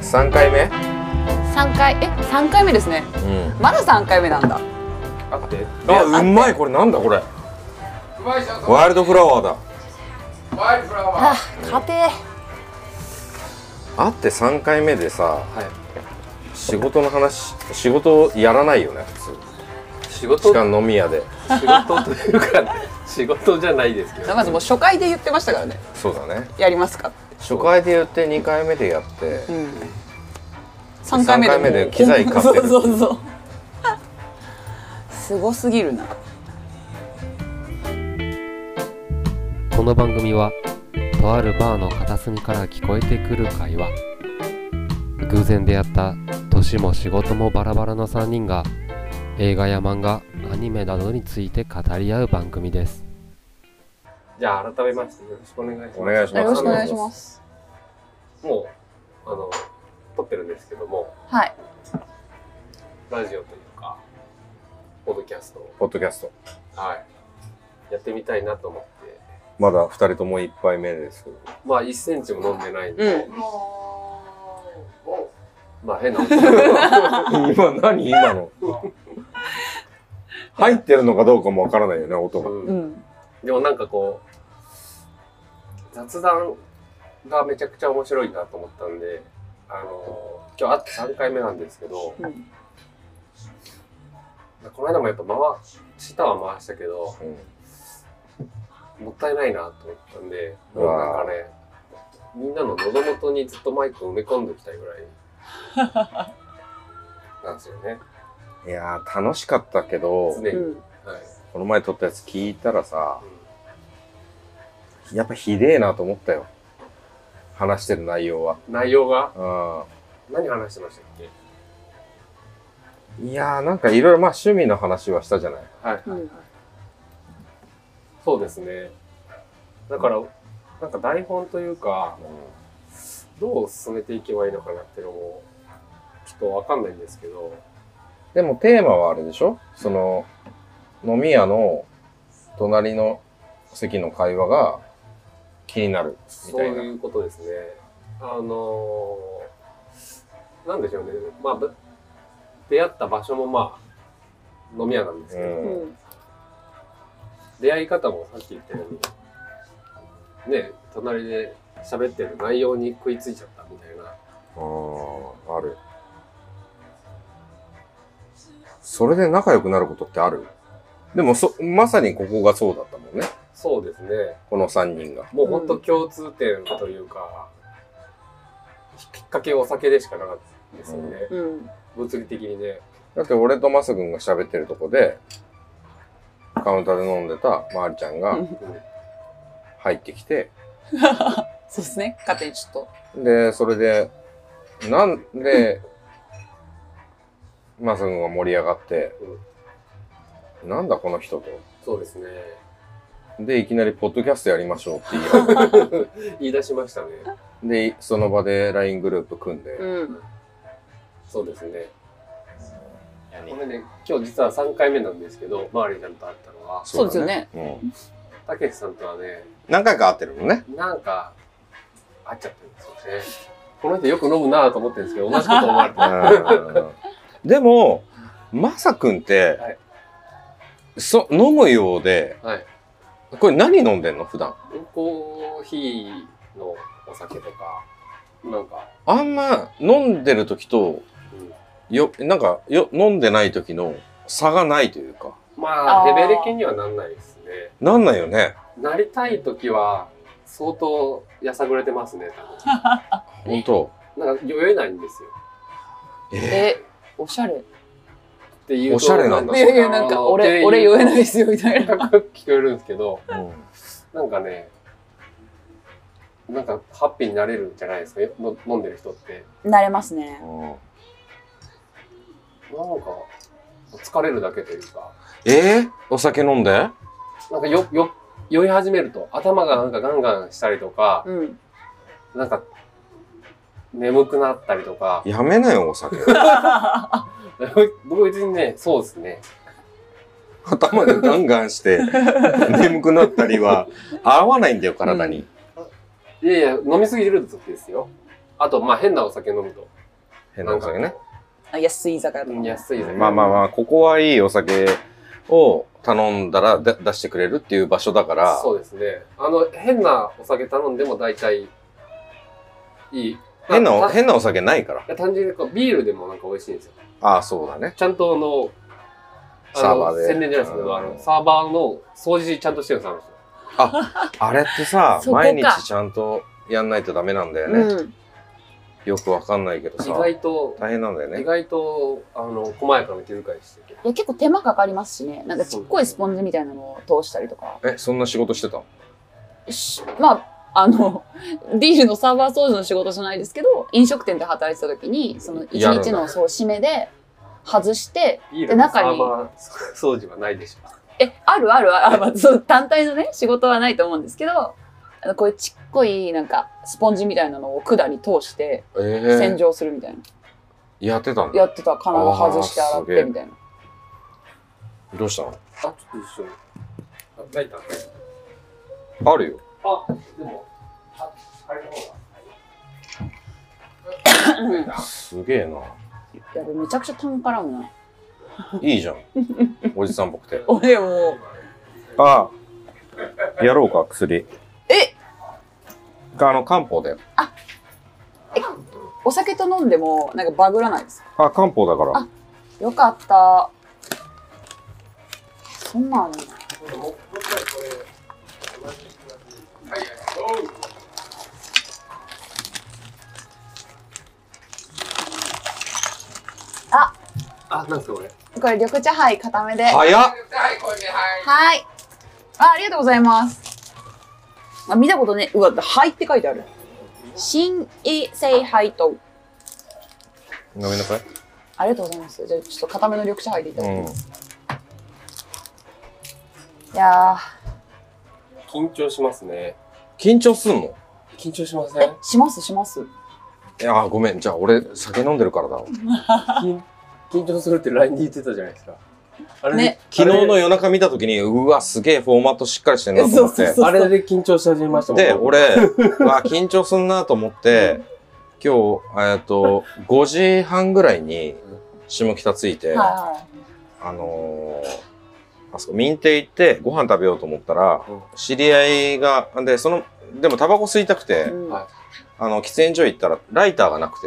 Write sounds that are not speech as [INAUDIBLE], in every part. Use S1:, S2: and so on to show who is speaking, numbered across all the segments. S1: 三回目。
S2: 三回え三回目ですね
S1: うん。
S2: まだ三回目なんだ
S3: あって
S1: あ、うまい、これなんだこれ。
S3: うまいじゃん
S1: ワイルドフラワーだ。
S3: ワイルドフラワー
S2: あ家庭
S1: あって三回目でさ、
S3: は
S1: 仕事の話、仕事やらないよね。
S3: い仕
S1: 普通。し
S3: 事
S1: か飲み屋で。
S3: 仕事というか仕事じゃないですけど
S2: まずもう初回で言ってましたからね
S1: そうだね。
S2: やりますかって
S1: 初回で言って二回目でやって。
S2: うん三回目で
S1: 三回目で機材買ってる
S2: そうそうそうすごすぎるな
S4: この番組はとあるバーの片隅から聞こえてくる会話偶然出会った年も仕事もバラバラの3人が映画や漫画アニメなどについて語り合う番組です
S3: じゃあ改めましてよろしくお願いします
S1: お願いします
S2: よろしくお願いします
S3: もうあの撮ってるんですけども
S2: はい
S3: ラジオというかポッドキャストを
S1: ポッドキャスト。
S3: はいやってみたいなと思って
S1: まだ二人とも一杯目ですけ [LAUGHS] ど。
S3: まあ1センチも飲んでないん
S2: う
S3: で、
S2: ん
S3: まあ変な
S1: 今何今
S3: [LAUGHS]
S1: の。入ってるのかどうかもわからないよね音が。
S3: 音
S2: う
S3: が
S2: ん
S3: でもなんかこう雑談がめちゃくちゃ面白いなと思ったんであの今日あ3回目なんですけど
S2: うん
S3: この間もやっぱ回したは回したけど
S1: うん
S3: もったいないなと思ったんで
S1: う
S3: もう
S1: わー
S3: なんかねみんなの喉元にずっとマイクを埋め込んでおきたいぐらいなんですよね
S1: いやー楽しかったけど
S3: 常
S2: う
S3: に、
S2: ん
S3: はい、
S1: この前撮ったやつ聞いたらさやっぱひでえなと思ったよ話してる内容は
S3: 内容が
S1: う
S3: 何話してましたっけ
S1: んいやーなんかいろいろまあ趣味の話はしたじゃない
S3: はいはい、
S2: う
S3: はい
S2: ん
S3: そうですねだからなんか台本というかどう進めていけばいいのかなっていうのもちょっとわかんないんですけど
S1: でもテーマはあれでしょその飲み屋の隣の席の会話が気になるみ
S3: そう
S1: たいな
S3: いうことですねあのーなんでしょうねまあぶ出会った場所もまあ飲み屋なんですけど、
S1: うん
S3: 出会い方もさっき言ったようにね隣で喋ってる内容に食いついちゃったみたいな
S1: あーあるそれで仲良くなることってあるでもそまさにここがそうだったもんね
S3: そうですね
S1: この3人が
S3: もう本当共通点というか、きっかけお酒でしかなかったですよね、
S2: うん
S3: 物理的にね
S1: だって俺とマス君が喋ってるとこで、カウンターで飲んでたまーりちゃんが
S2: うん
S1: 入ってきて、
S2: そうですね勝手にちょっと
S1: で、それで、なんで、マス君が盛り上がって、なんだこの人と。
S3: そうですね
S1: で、いきなりポッドキャストやりましょうって言い合
S3: 言い出しましたね
S1: うで、その場で LINE グループ組んで、
S2: うん
S3: そうですねこれね今日実は3回目なんですけどマーリーちゃんと会ったのは
S2: そうですよね
S1: うん。
S3: たけしさんとはね
S1: 何回か会ってるのね。
S3: なんか会っちゃってるんですよねこの人よく飲むなぁと思ってるんですけど同じこと思われて
S1: うんでも、マサ君って、
S3: はい
S1: そ飲むようで、 [LAUGHS]
S3: はい
S1: これ何飲んでんの普段
S3: コーヒーのお酒とかなんか、
S1: あんま飲んでる時と
S3: うん
S1: よなんかよ飲んでない時の差がないというか
S3: まあ
S2: あー
S3: レベル系にはなんないですね
S1: なんないよね
S3: なりたい時は相当やさぐれてますね多
S1: 本当
S3: 分なんか酔えないんですよ
S1: え
S2: えおしゃれ
S3: [LAUGHS] っていうと
S1: おしゃれなんだ
S2: いやいやなんか俺俺酔えないですよみたいな
S3: 感覚聞こえるんですけど
S1: ー
S3: なんかねなんかハッピーになれるんじゃないですかの飲んでる人って
S2: [LAUGHS] なれますね
S1: うんうん
S3: なんか疲れるだけというか
S1: えーお酒飲んで [LAUGHS]
S3: なんかよよ酔い始めると頭がなんかガンガンしたりとか
S2: うん
S3: なんか、眠くなったりとか、
S1: やめなよ、お酒。 [LAUGHS]
S3: [LAUGHS] 同時にね、そうですね。
S1: 頭でガンガンして、 [LAUGHS] 眠くなったりは、合わないんだよ、体に。
S3: いやいや、飲みすぎる時ですよ。あと、まあ変なお酒飲むと。
S1: 変なお酒ね。
S2: あ安い居酒屋とか。
S3: 安いですね。
S1: まあまあまあ、ここはいいお酒を頼んだらだ出してくれるっていう場所だから、
S3: そうですね。あの、変なお酒頼んでも大体、いい。
S1: 変な、
S3: たい
S1: 変なお酒ないから。
S3: や単純にこうビールでもなんか美味しいんですよ。
S1: ああ、そうだね。
S3: ちゃんとあの、あの
S1: サーバーで
S3: 宣伝じゃないですけ
S1: うん
S3: ど、あの、サーバーの掃除ちゃんとしてるんですよあの人。
S1: あれってさ、
S2: そこか
S1: 毎日ちゃんとやんないとダメなんだよね。
S2: うん。
S1: よくわかんないけど
S3: 意
S1: さ、
S3: 外と、
S1: 大変なんだよ
S3: 意
S1: ね。
S3: 外と、あの、細やかな手遣いしてる。
S2: いや結構手間かかりますしね。なんかちっこいスポンジみたいなのを通したりとか。
S1: え、そんな仕事してたの
S2: しまあ、あの、 [LAUGHS] ディールのサーバー掃除の仕事じゃないですけど、飲食店で働いてた時に、その一
S1: やるんだ
S2: 日のそう締めで外して、
S3: ビー
S2: で
S3: ルのサ
S2: 中に
S3: ーバー掃除はないでしょ。
S2: え、あるあるある、まあ、そう単体のね、仕事はないと思うんですけど、あのこういうちっこい、なんか、スポンジみたいなのを管に通して、
S1: え
S2: 洗
S1: ー、
S2: 浄するみたいな。
S1: やってたんだ。
S2: やってた、金を外して洗っ
S1: あーすげえ
S2: てみたいな。
S1: どうしたの
S3: あ、ちょっと一緒に。あ、ライター
S1: あるよ。
S3: あ、でも、あ、あれの方が。ライター
S1: すげえな。
S2: やべ、めちゃくちゃ単価ラムな。
S1: いい [LAUGHS] じゃん。おじさんっぽくて。
S2: 俺もう、
S1: ああ、やろうか、薬。
S2: え
S1: あの、漢方だよ。
S2: お酒と飲んでも、なんかバグらないです。
S1: あ、漢方だから。
S2: よかった。そんなんあるんだ
S3: あ、なんすかこれ。
S2: これ緑茶杯固めで。はい。
S1: 早っ
S2: あ、ありがとうございます。あ、見たことね。うわ、杯って書いてある。新衛生杯と。
S1: 飲みなさい。
S2: ありがとうございます。じゃあちょっと固めの緑茶杯でいただき
S1: うん
S2: ます。。いや
S3: 緊張しますね。
S1: 緊張すんの
S3: 緊張しませ
S2: ー、え
S3: ん、
S2: しますします。
S1: いやー、ごめん。じゃあ、俺、酒飲んでるからだわ。
S3: 緊緊張するって LINE で言ってたじゃないですか。あれで、
S2: ね
S1: 昨日の
S3: あれ
S1: 夜中見たときに、うわ、すげえフォーマットしっかりしてんなと
S2: そ
S1: 思
S2: う
S1: っ
S2: そう
S1: て
S2: そ。う。
S3: あれで緊張し始めましたもん
S1: で、俺、うわ、緊張すんなと思って、今日、えっと、5時半ぐらいに、下北着いて、
S2: は
S1: あのーあそこ、民邸行ってご飯食べようと思ったら
S3: うん、
S1: 知り合いが、で、その、でもタバコ吸いたく
S2: いはい
S1: て
S2: う、ん。
S3: はい
S1: あの、喫煙所行ったら、ライターがなくて、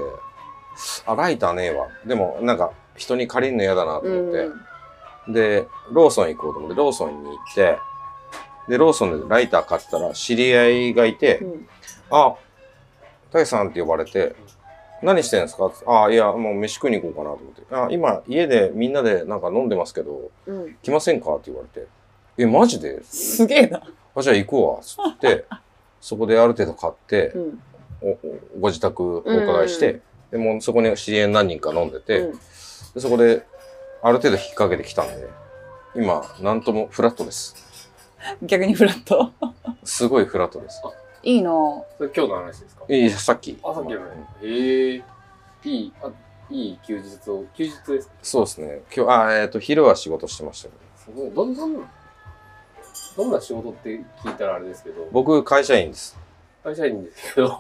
S1: あ、ライターねえわ。でも、なんか、人に借りるの嫌だなと思って、で、ローソン行こうと思って、ローソンに行って、で、ローソンでライター買ったら、知り合いがいて、
S2: うんうん
S1: あ、タイさんって呼ばれて、何してんすかってあ、いや、もう飯食いに行こうかなと思って。あ、今、家でみんなでなんか飲んでますけど、
S2: [LAUGHS] うん。
S1: 来ませんかって言われて、え、マジです
S2: げえな。
S1: あ、じゃあ行こうわ。つって、 [LAUGHS] そこである程度買って
S2: う、ん。
S1: おおご自宅お伺いして、でもうそこに知り合い何人か飲んでて、
S2: うん
S1: でそこである程度引っ掛けてきたんで、今、なんともフラットです。
S2: 逆にフラット。
S1: すごいフラットです。
S2: いいなぁ [LAUGHS]
S3: それ今日の話ですか
S1: いやさっき。
S3: あ、さっきのね。へえ。いい、あ、いい休日を。休日ですか
S1: そうですね。今日、あ、えっ、と、昼は仕事してましたけど。
S3: すごい。どんどん、どんな仕事って聞いたらあれですけど、
S1: 僕、会社員です。
S3: 会社員ですけど、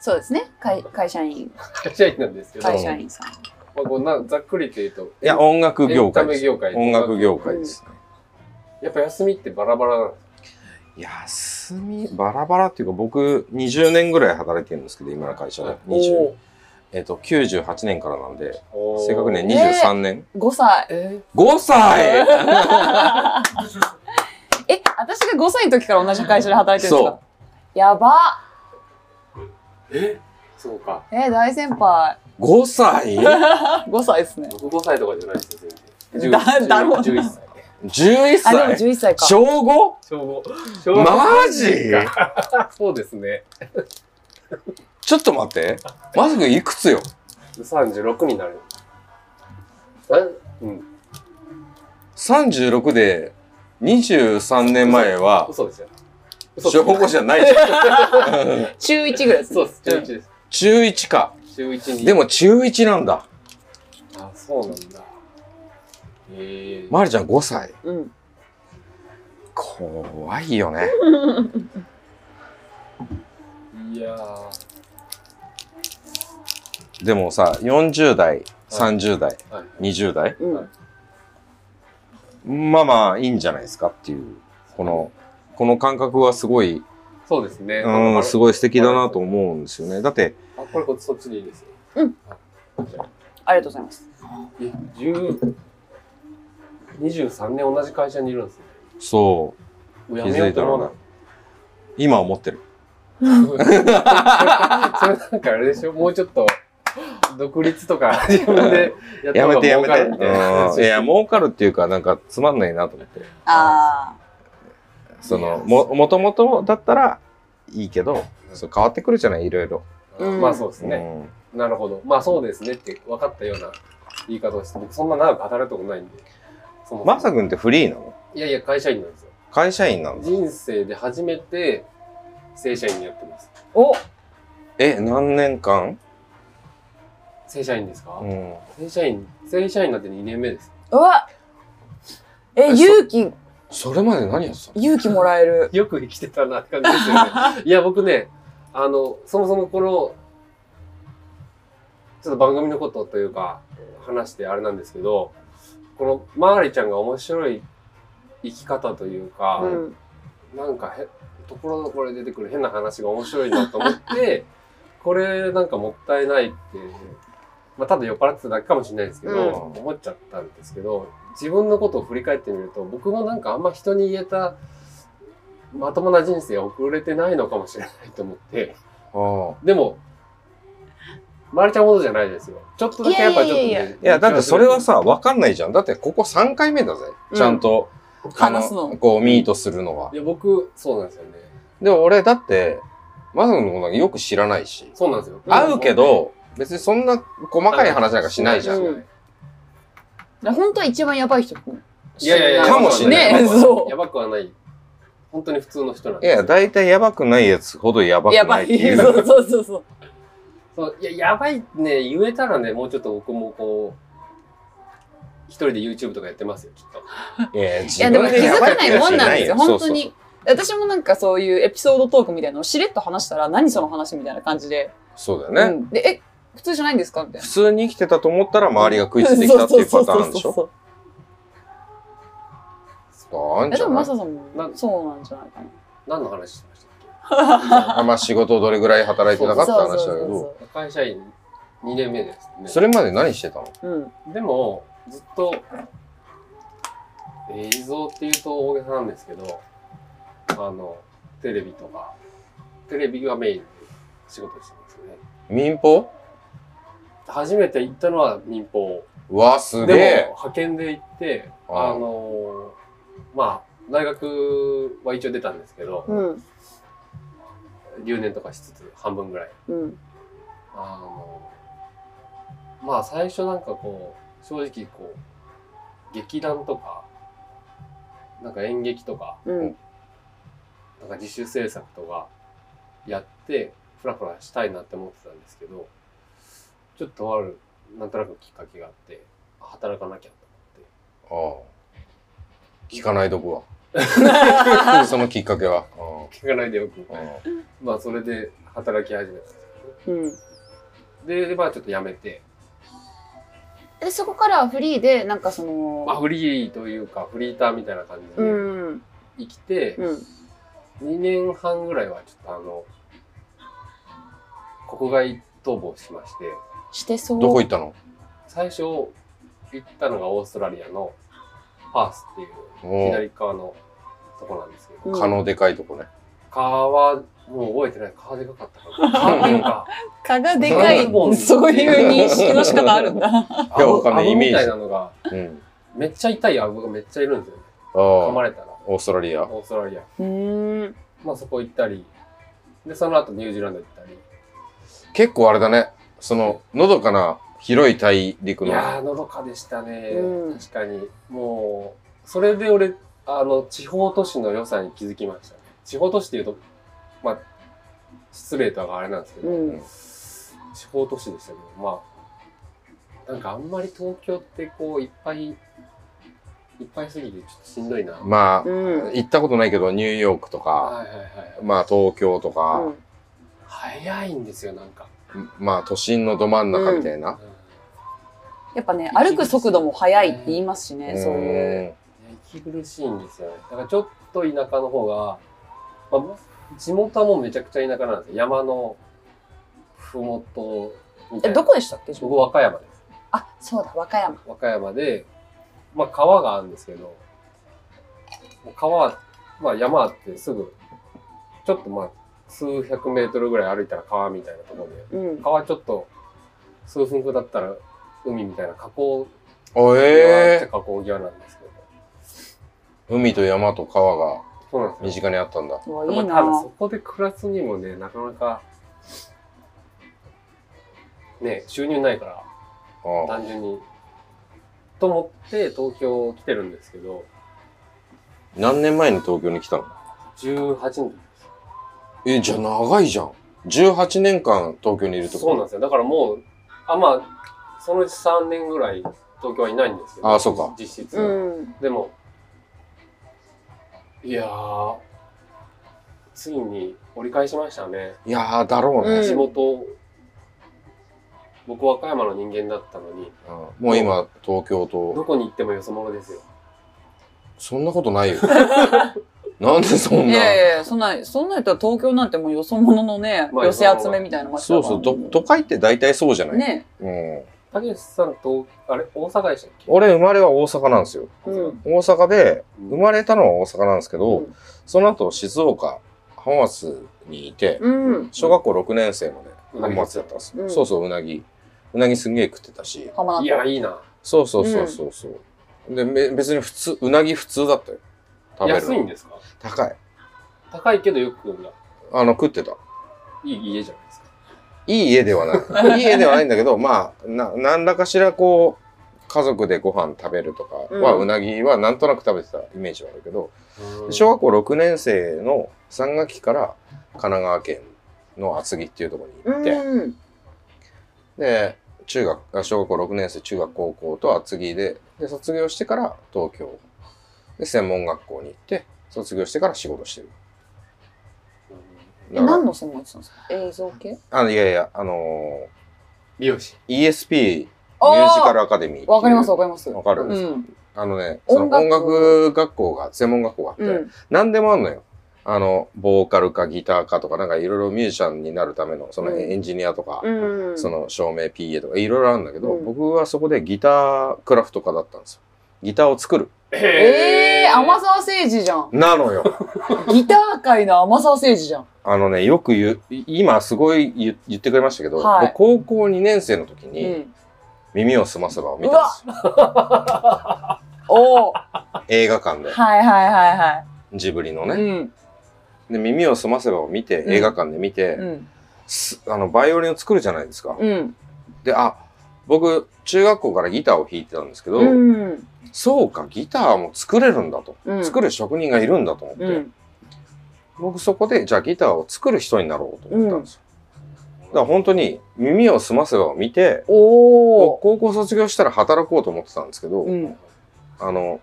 S2: そうですね。会会社員、
S3: 会社員なんですけど、ま
S2: 会社員さん。
S3: あ、こうなざっくりと言うと、
S1: いや、音楽業界
S3: エ
S1: で
S3: ンタメ
S1: す。
S3: 業界
S1: 音楽業界ですね。
S3: やっぱ休みってバラバラなんです
S1: 休み、バラバラっていうか、僕、20年ぐらい働いてるんですけど、今の会社で。20
S3: よ。
S1: えっ、と、98年からなんで、
S3: おー
S1: 正確には23年。
S2: 5歳。
S3: え
S1: 5歳
S2: え、私が5歳の時から同じ会社で働いてるんです
S1: そ
S2: かやば。
S3: ー、そうか。
S2: えー、大先輩。
S1: う。5歳
S2: 5歳ですね。
S3: 僕5歳とかじゃないですよ、全然。
S2: だ
S3: 10
S2: だろうな
S3: 11歳。
S1: ?11
S2: あ、でも
S1: 歳
S2: 11歳か。
S1: 小 5?
S3: 小5。
S1: マジ
S3: そうですね。
S1: ちょっと待って。マジ君いくつよ
S3: 36になる。えうん。
S1: ?36 で23年前は、
S3: 嘘ですよ。嘘
S1: 小5じゃないじゃん。
S2: 中1ぐらいです
S3: そう
S2: ね。
S3: です、中1です。
S1: 中1か。
S3: 中1に。
S1: で、も中1なんだ。
S3: あ、そうなんだ。ええ
S1: まりちゃん5歳。
S2: うん。
S1: 怖いよね。
S3: いやー、
S1: でもさ、40代、30代、
S3: はい。
S1: 20代、
S2: うん
S3: はい
S1: まあまあいいんじゃないですかっていう、この、この感覚はすごい、
S3: そうですね。
S1: うん、す
S3: い。
S1: ごい素敵だなと思うんですよね。だって、
S3: あ、これこっちそっちでいいですよ。
S2: うん
S3: あ。じゃあ
S2: ありがとうございます。
S3: え、10 23年同じ会社にいるんですね。
S1: そう、気
S3: もうやめよ
S1: づい
S3: う
S1: た
S3: と思
S1: ら
S3: わない
S1: な。今思ってる。
S3: [LAUGHS] それなんかあれでしょもうちょっと独立
S1: [LAUGHS]
S3: とか自分で
S1: やめてやめて。
S3: った方が儲かるみたいな話
S1: うんいや、儲かるっていうか、なんかつまんないなと思って。
S2: あ
S1: そ
S3: いや
S1: の、も、もともとだったらいいけど、そう変わってくるじゃない、いろいろ。
S2: うん
S3: まあそうです
S1: う
S3: ね、
S1: ん
S3: なるほどまあそうですねって分かったような言い方をして僕そんな長く働いたことないんでそもそも
S1: マサ君ってフリーなの
S3: いやいや会社員なんですよ
S1: 会社員なんだ。
S3: 人生で初めて正社員にやってます
S2: ー。お
S1: え、何年間
S3: 正社員ですか、
S1: うん。
S3: 正社員正社員になって2年目です
S2: うわえ、
S1: えそ
S2: 勇気、
S1: それまで何やってたの
S2: 勇気もらえる。
S3: よく生きてたなって感じですよねいや、僕ね、あの、そもそもこの、ちょっと番組のことというか、話してあれなんですけど、この、まーりちゃんが面白い生き方というか、
S2: うん。
S3: なんかへ、ところどころで出てくる変な話が面白いなと思って、 [LAUGHS] これなんかもったいないって、まあ、ただ酔っ払ってただけかもしれないですけど、
S1: うん
S3: 思っちゃったんですけど、自分のことを振り返ってみると、僕もなんかあんま人に言えた、まともな人生遅れてないのかもしれないと思って、
S1: ああ
S3: でも、まりちゃんほどじゃないですよ。ちょっとだけやっぱちょっとね、。
S2: いやいやい
S1: いや、だってそれはさ、わかんないじゃん。だってここ3回目だぜ。
S2: うん
S1: ちゃんと、あ
S2: 話すの
S1: こう、ミートするのはい
S3: や、僕、そうなんですよね。
S1: でも俺、だって、マサ君のことなんかよく知らないし。
S3: そうなんですよ。
S1: 会うけ、ど、別にそんな細かい話なんかしないじゃん。
S2: うん本当は一番やばい人かも。
S3: いやいやいや、
S1: かもしれない
S2: ねそう
S3: やばくはない。本当に普通の人なん
S1: い
S3: で。
S1: や、だいたいやばくないやつほどやば
S2: や
S1: くな
S2: ば
S1: いっ
S2: い
S1: てい。う。
S2: そうそうそうそう。
S3: そういや、やばいね、言えたらね、もうちょっと僕もこう、一人で YouTube とかやってますよ、きっと。
S1: いや、
S2: いやでも気づかないもんなんですよ、
S1: 自分で
S2: 本当に。私もなんかそういうエピソードトークみたいなのをしれっと話したら、何その話みたいな感じで。
S1: そうそうそうそうだよ
S2: う
S1: ね。
S2: んで、え、普通じゃないんですかみたい
S1: 普
S2: な。
S1: 通に生きてたと思ったら周りが食いついてきたっていうパターンでし
S2: そうそうそう
S1: ょ
S2: そう
S1: あん
S2: え
S1: じ
S2: で
S1: ゃ
S2: も
S1: な
S2: マ
S1: い
S2: サさんもそうなんじゃないかな。
S3: 何の話してましたっ
S1: あん [LAUGHS] ま仕事どれぐらい働いてたかって話だけど、
S3: け会社員2年目ですね。
S1: それまで何してたの
S2: そう。うん。
S3: でも、ずっと、映像っていうと大げさなんですけど、あの、テレビとか、テレビがメインで仕事してますね。
S1: 民放
S3: 初めて行ったのは民放。
S1: うわ、すげ
S3: でも
S1: え。
S3: 派遣で行って、
S1: あ
S3: あ
S1: あ
S3: のーまあ、大学は一応出たんですけど、
S2: うん。
S3: 留年とかしつつ、半分ぐらい。
S2: うん。
S3: あのーまあ、最初なんかこう、正直こう、劇団とか、なんか演劇とか、
S2: うん。
S3: なんか自主制作とかやって、フラフラしたいなって思ってたんですけど、ちょっととある、なんとなくきっかけがあって、あ働かなきゃと思って。
S1: ああ聞かないとこ
S3: [LAUGHS]
S1: は。そのきっかけは。
S3: 聞かないでよく。
S1: うんうん
S3: まあ、それで働き始めたんです
S2: うん。
S3: で、でまあちょっとやめて、
S2: で、そこからはフリーで、なんかそ
S3: まあ、
S2: の、
S3: フリーというか、フリーターみたいな感じ
S2: う
S3: で
S2: ん。
S3: 生きて、
S2: うん。
S3: 2年半ぐらいはちょっとあの、国外逃亡しまして、
S2: してそう。
S1: どこ行ったの
S3: 最初行ったのがオーストラリアのパースっていう
S1: おう
S3: 左側のとこなんですけど、
S2: うん
S1: 蚊のでかいとこね。
S3: 川、もう覚えてない、川でかかったか
S2: [LAUGHS]
S3: な。川っていうか、
S2: 蚊がで
S3: かい
S2: そういう認識の仕方ある
S1: [LAUGHS]
S2: んだ。
S1: いやわかんない
S3: アブ
S1: イメージ
S3: みたいなのが、
S1: うん。
S3: めっちゃ痛いアブがめっちゃいるんですよね。
S1: あ
S3: 噛ま
S1: あ
S3: れたら、
S1: オーストラリア。
S3: オーストラリア。
S2: うん。
S3: まあそこ行ったり、で、その後ニュージーランド行ったり。
S1: 結構あれだね。その、のどかな広い大陸
S3: いやー、
S1: の。
S3: のどかでしたね。
S2: うん
S3: 確かに。もう、それで俺、あの、地方都市の良さに気づきましたね。地方都市っていうと、まあ、失礼とはあれなんですけど、
S2: うん
S3: 地方都市でしたけど、まあ、なんかあんまり東京ってこう、いっぱい、いっぱいすぎてちょっとしんどいな。
S1: まあ、
S2: うん
S1: 行ったことないけど、ニューヨークとか、
S3: はいはいはい。
S1: まあ東京とか、
S2: うん
S3: 早いんですよ、なんか。
S1: まあ都心のど真ん中みたいな。
S2: やっぱね、歩く速度も速いって言いますしね、
S1: ん
S2: そういう。
S3: うん息苦しいんですよね。だからちょっと田舎の方が、まあ、地元はもうめちゃくちゃ田舎なんですよ。山のふもとみたい
S2: え、
S3: な。
S2: どこでしたっけ
S3: 僕和歌山です。
S2: あ、そうだ、和歌山。
S3: 和歌山で、まあ川があるんですけど、もう川、まあ山あってすぐ、ちょっとまあ数百メートルぐらい歩いたら川みたいなところで、
S2: うん。
S3: 川ちょっと数分下ったら海みたいな河口
S1: お
S3: 際っちゃ
S1: ええ
S3: 河口際なんですけど、
S1: 海と山と川が
S3: そうなんですよ
S1: 身。近にあったんだ。
S2: うわ
S3: まあ
S2: いい
S3: ただ
S2: な
S3: そこで暮らすにもね、なかなか、ね、収入ないから、
S1: ああ
S3: 単純に。と思って東京来てるんですけど、
S1: 何年前に東京に来たの
S3: 18年。
S1: え、じゃあ長いじゃん。18年間東京にいるってこと
S3: そうなんですよ。だからもう、あ、まあ、そのうち3年ぐらい東京はいないんですけど、
S1: あそうか
S3: 実質。
S2: うん。
S3: でも、いやー、ついに折り返しましたね。
S1: いやー、だろうね。
S3: 地元、僕和歌山の人間だったのに、
S1: うんもう今、東京と、
S3: どこに行ってもよそ者ですよ。
S1: そんなことないよ。 [LAUGHS] なんでそん
S2: い
S1: な。
S2: やいやいや、そんな、そんなんやったら東京なんてもうよそ者のね、
S3: まあ
S2: 寄せ集めみたいな街
S1: そ
S2: だ
S1: う
S2: から
S1: そう、ど都会って大体そうじゃない、
S2: ね。
S1: うん、
S3: たけしさんと、あれ、大阪でしたっけ
S1: 俺、生まれは大阪なんですよ。
S2: うん。
S1: 大阪で、生
S3: い。
S1: まれたのは大阪なんですけど、
S2: うん
S1: その後、静岡、浜松にいて、
S2: うん。
S1: 小学校6年生まで
S3: うなぎ
S1: 浜松だったんです、
S2: うん
S1: そうそう、うなぎ。うなぎすんげえ食ってたし。
S2: 浜
S3: い
S2: 名
S3: や、いいな。
S1: そうそうそうそうそう。でめ、別に普通、うなぎ普通だったよ。食べるの
S3: 安いんですか
S1: 高い。
S3: 高いけどよく食うんだ。
S1: あの、食ってた。
S3: いい家じゃないですか。
S1: いい家ではない。いい家ではないんだけど、まあ、な、何らかしらこう、家族でご飯食べるとかは、
S2: う
S1: うんなぎはなんとなく食べてたイメージはあるけど、小学校6年生の3学期から神奈川県の厚木っていうところに行って、
S2: うん。
S1: で、中学、あ小学校6年生、中学、高校と厚木で、で、卒業してから東京。で、専門学校に行って、卒業してから仕事してる。
S2: え、
S1: だから
S2: 何の専門行ってたんですか映像系
S1: あの、いやいや、あの
S3: 美容師。
S1: ー ESP、ミ
S2: あー
S1: ュージカルアカデミーっていう。
S2: わかりますわかります。
S1: わかる、
S2: うん。
S1: あのね、その音
S2: 音楽
S1: 楽学校が、専門学校があって、
S2: うん。
S1: 何でもあんのよ。あの、ボーカルかギターかとか、なんかいろいろミュージシャンになるための、その
S2: うん
S1: エンジニアとか、
S2: うん。
S1: その照明 PA とか、いろいろあるんだけど、
S2: うん
S1: 僕はそこでギタークラフト家だったんですよ。ギターを作る。
S2: ええー、天沢誠治じゃん。
S1: なのよ。
S2: ギター界の天沢誠治じゃん。
S1: [LAUGHS] あのね、よく言う、今すごい言言ってくれましたけど、
S2: はい
S1: 僕高校2年生の時
S2: う
S1: に
S2: ん。
S1: 耳をすませばを見たんですよ。
S2: おお。は
S1: 映画館
S2: い
S1: で、
S2: はいはいは
S1: ジブリの
S2: い。
S1: ね。
S2: うん。
S1: で、耳をすませばを見て、
S2: うん
S1: 映画館で見て、
S2: うん。
S1: すあの、バイオリンを作るじゃないですか。
S2: うん。
S1: で、あ、僕、中学校からギターを弾いてたんですけど、
S2: うん。
S1: そうか、ギターも作れるんだと。
S2: うん。
S1: 作る職人がいるんだと思って、
S2: うん。
S1: 僕そこで、じゃあギターを作る人になろうと思ったんですよ。だから本当に、耳をすませばを見て、
S2: お
S1: 僕
S2: お。
S1: 高校卒業したら働こうと思ってたんですけど、
S2: うん。
S1: あの、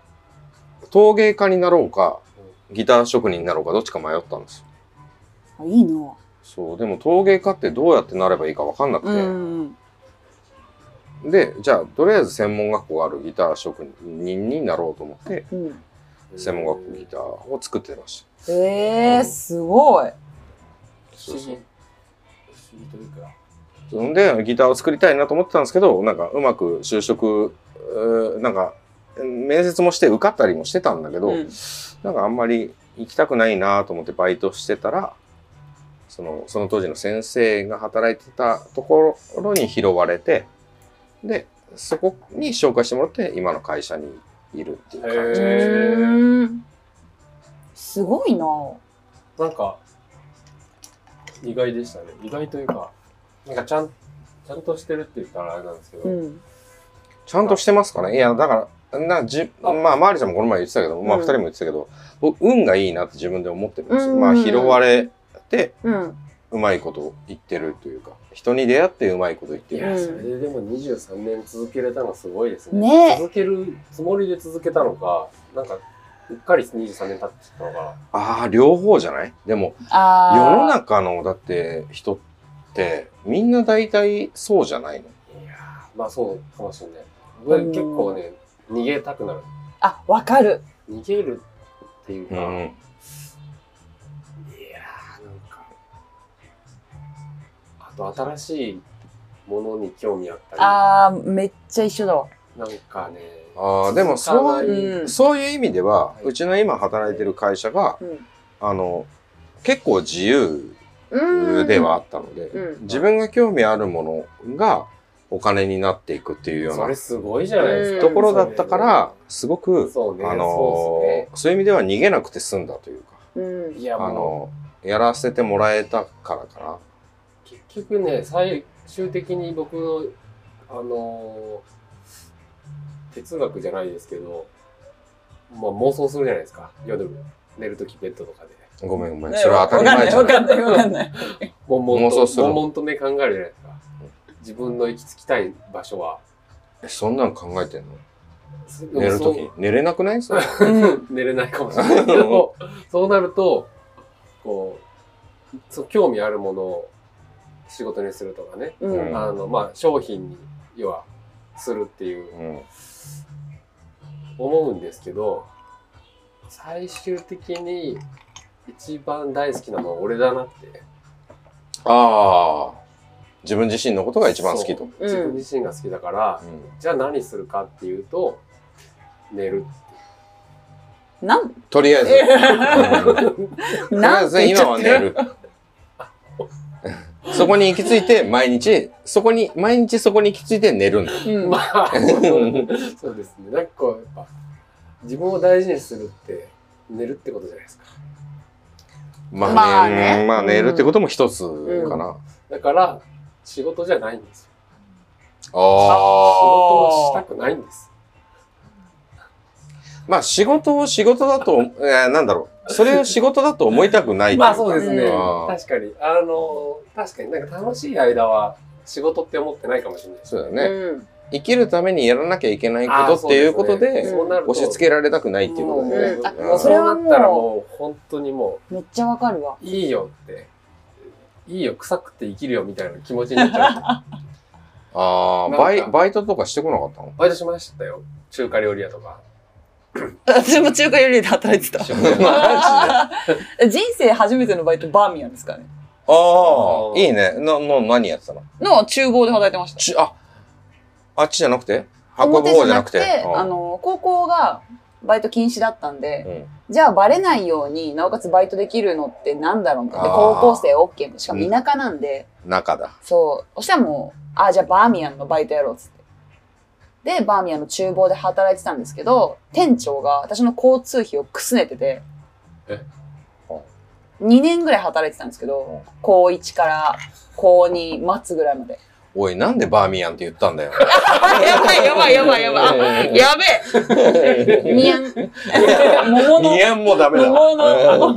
S1: 陶芸家になろうか、ギター職人になろうか、どっちか迷ったんですよ。
S2: あいいな。
S1: そう、でも陶芸家ってどうやってなればいいかわかんなくて、
S2: うん。
S1: で、じゃあ、とりあえず専門学校があるギター職人になろうと思って、
S2: うん。
S1: 専門学校ギターを作ってました。
S2: ええー、すごい。
S1: そうそう
S3: 不思議というか。
S1: そんで、ギターを作りたいなと思ってたんですけど、なんかうまく就職、うーなんか、面接もして受かったりもしてたんだけど、
S2: うん
S1: なんかあんまり行きたくないなと思ってバイトしてたら、その、その当時の先生が働いてたところに拾われて、で、そこに紹介してもらって、今の会社にいるっていう感じ。
S3: へー
S2: うんすごいな。
S3: なんか、意外でしたね。意外というか、なんかちゃん、ちゃんとしてるって言ったらあれなんですけど、
S2: ん。
S1: ちゃんとしてますかねいや、だから、なじ
S2: あ
S1: まあ、マーリちゃんもこの前言ってたけど、まあ、
S2: うん
S1: 二人も言ってたけど、僕、運がいいなって自分で思ってるんですよ。
S2: うん
S1: まあ、拾われて、
S2: うん。
S1: うまいこと言ってるというか、人に出会ってうまいこと言って
S3: い
S1: る。
S3: や、それででも23年続けれたのすごいですね。
S2: ねえ
S3: 続けるつもりで続けたのか、なんか、うっかり23年経ってたのか
S1: ああ、両方じゃないでも、
S2: あ
S1: 世
S2: ー
S1: の中の、だって、人って、みんな大体そうじゃないの。
S3: な。いやーまあそうかもしれない。僕
S2: うん
S3: 結構ね、逃げたくなる。
S2: あ、わかる。
S3: 逃げるっていうか、い
S1: ん。
S3: やーなんか、あと新しいものに興味あったり、
S2: あー、めっちゃ一緒だわ。
S3: なんかね、
S1: ああ、でも、そうう、
S2: ん
S1: そういう意味では、
S3: はいう
S1: ちの今働いてる会社が、
S2: うん
S1: あの、結構自由
S2: うん。
S1: ではあったので、
S2: うん
S1: 自分が興味あるものがお金になっていくっていうよう
S3: それ
S1: な
S3: すごいじゃないですか。
S2: うん
S1: ところだったから、すご
S3: それね、
S1: く、
S3: そうね、
S1: あ
S3: そうで
S1: のーそういう意味では逃げなくて済んだというか、
S2: うん
S3: すね。いや、
S1: あ
S3: もう、
S1: のーやらせてもらえたからか
S3: 結局ね最終的に僕のあのー哲学じゃないですけど、まあ、妄想するじゃないですか夜寝るときベッドとかで
S1: な。ごめんごめん。
S2: ね
S1: それは当たり前じゃ
S2: わ
S1: ない。
S2: かんない、わかんない。
S3: 悶々
S1: 妄想
S3: と
S1: する
S3: 悶々とね考えるじゃないですか自分の行き着きたい場所は
S1: えそんなん考えてんの
S3: 寝
S1: 寝るときに。寝れなくないそれ。
S3: 寝れないかもしれないけ
S1: [LAUGHS]
S3: どそうなるとこうそう興味あるものを仕事にするとかね、
S2: うん
S1: うん
S3: あのまあ商品に要はするっていう
S1: うん。
S3: 思うんですけど最終的に一番大好きなのは俺だなって
S1: ああ。自分自身のことが一番好き
S3: そ
S1: と
S3: う。自分自身が好きだから、
S1: うん
S3: じゃあ何するかっていうと寝る
S2: なん、
S1: [LAUGHS] とりあえず。とりあ
S2: な
S1: え
S2: ん
S1: ず
S2: て言
S1: 今
S2: っちゃ
S1: は
S2: っ
S1: 寝
S2: てる。
S1: る。そこに行き着いて、毎日、そこに、毎日そこに行き着いて寝るんだ。
S2: うん
S3: [LAUGHS] まあそうですねなんかこうやっぱ自分を大事にするって寝るってことじゃないですか
S1: まあね、
S2: まあね
S1: うんまあ寝るってことも一つかな。
S3: だから仕事じゃないんですよ仕
S1: ああ。
S3: 事はしたくないんです
S1: まあ仕事を仕事だと、えーなんだろう。それを仕事だと思いたくないといか
S3: まあそうですね、
S1: うん
S3: 確かにあの確かになんか楽しい間は仕事って思ってないかもしれないです
S1: そうだよね。
S2: うん
S1: 生きるためにやらなきゃいけないことっていうことで、
S2: ね
S1: 押し付けられると押し付けられたくないっていうことだよね。
S2: うん
S1: あ
S3: そ
S1: そ
S3: れ
S2: れ
S3: は
S2: は
S3: も
S2: も
S3: う
S2: う
S3: なったらもう本当にも
S2: めっちゃわかるわ。
S3: ういいよっていいよ臭くて生きるよみたいな気持ちになっちゃう
S1: ああ、バイバイトとかしてこなかったの
S3: バイトしましたよ中華料理屋
S1: [LAUGHS]
S3: とか
S2: 私も中華料理で働いてた。
S1: マ
S2: 人生初めてのバイト、バーミヤンですからね。
S1: ああ、いいね。な、な、何やってたの
S2: の厨房で働いてました。
S1: ち、あ、あっちじゃなくて運ぶ方じゃなくて。
S2: 表じゃなくあ
S1: うん
S2: の、高校がバイト禁止だったんで、
S1: うん
S2: じゃあバレないように、なおかつバイトできるのってなんだろうみたいな。で
S1: あー
S2: 高校生 OK も、しかも田舎なんで、
S1: 中だ。
S2: そう。そしたらもう、あ、じゃあバーミヤンのバイトやろうっつって。で、バーミヤンの厨房で働いてたんですけど、店長が私の交通費をくすねてて、
S3: え
S2: 2年ぐらい働いてたんですけど、高1から高2、末ぐらいまで。
S1: おい、なんでバーミヤンって言ったん [LAUGHS] だよ。
S2: [LAUGHS] やばいやばいやばいやばい。
S1: [LAUGHS]
S2: や [LAUGHS] べえ。ニャン。桃の。
S1: 2円もダメだ。
S2: 桃の
S1: うん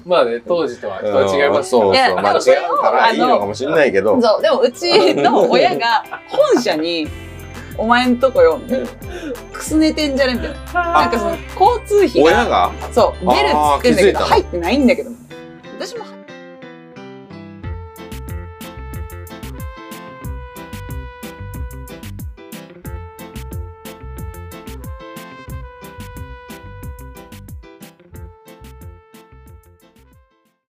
S3: [LAUGHS] まあね当時とは人は違います
S1: そうそう。
S2: いや
S1: 間違うからいいのかもしれないけど。
S2: そう、でもうちの親が本社に、お前んとこよ、みたいな。くすねてんじゃねみたいな。なんかその、交通費
S1: 親
S2: が、
S1: が
S2: そう、出るっつってんだけど、
S1: あー気づいたの
S2: 入ってないんだけど、みたいな私も入っ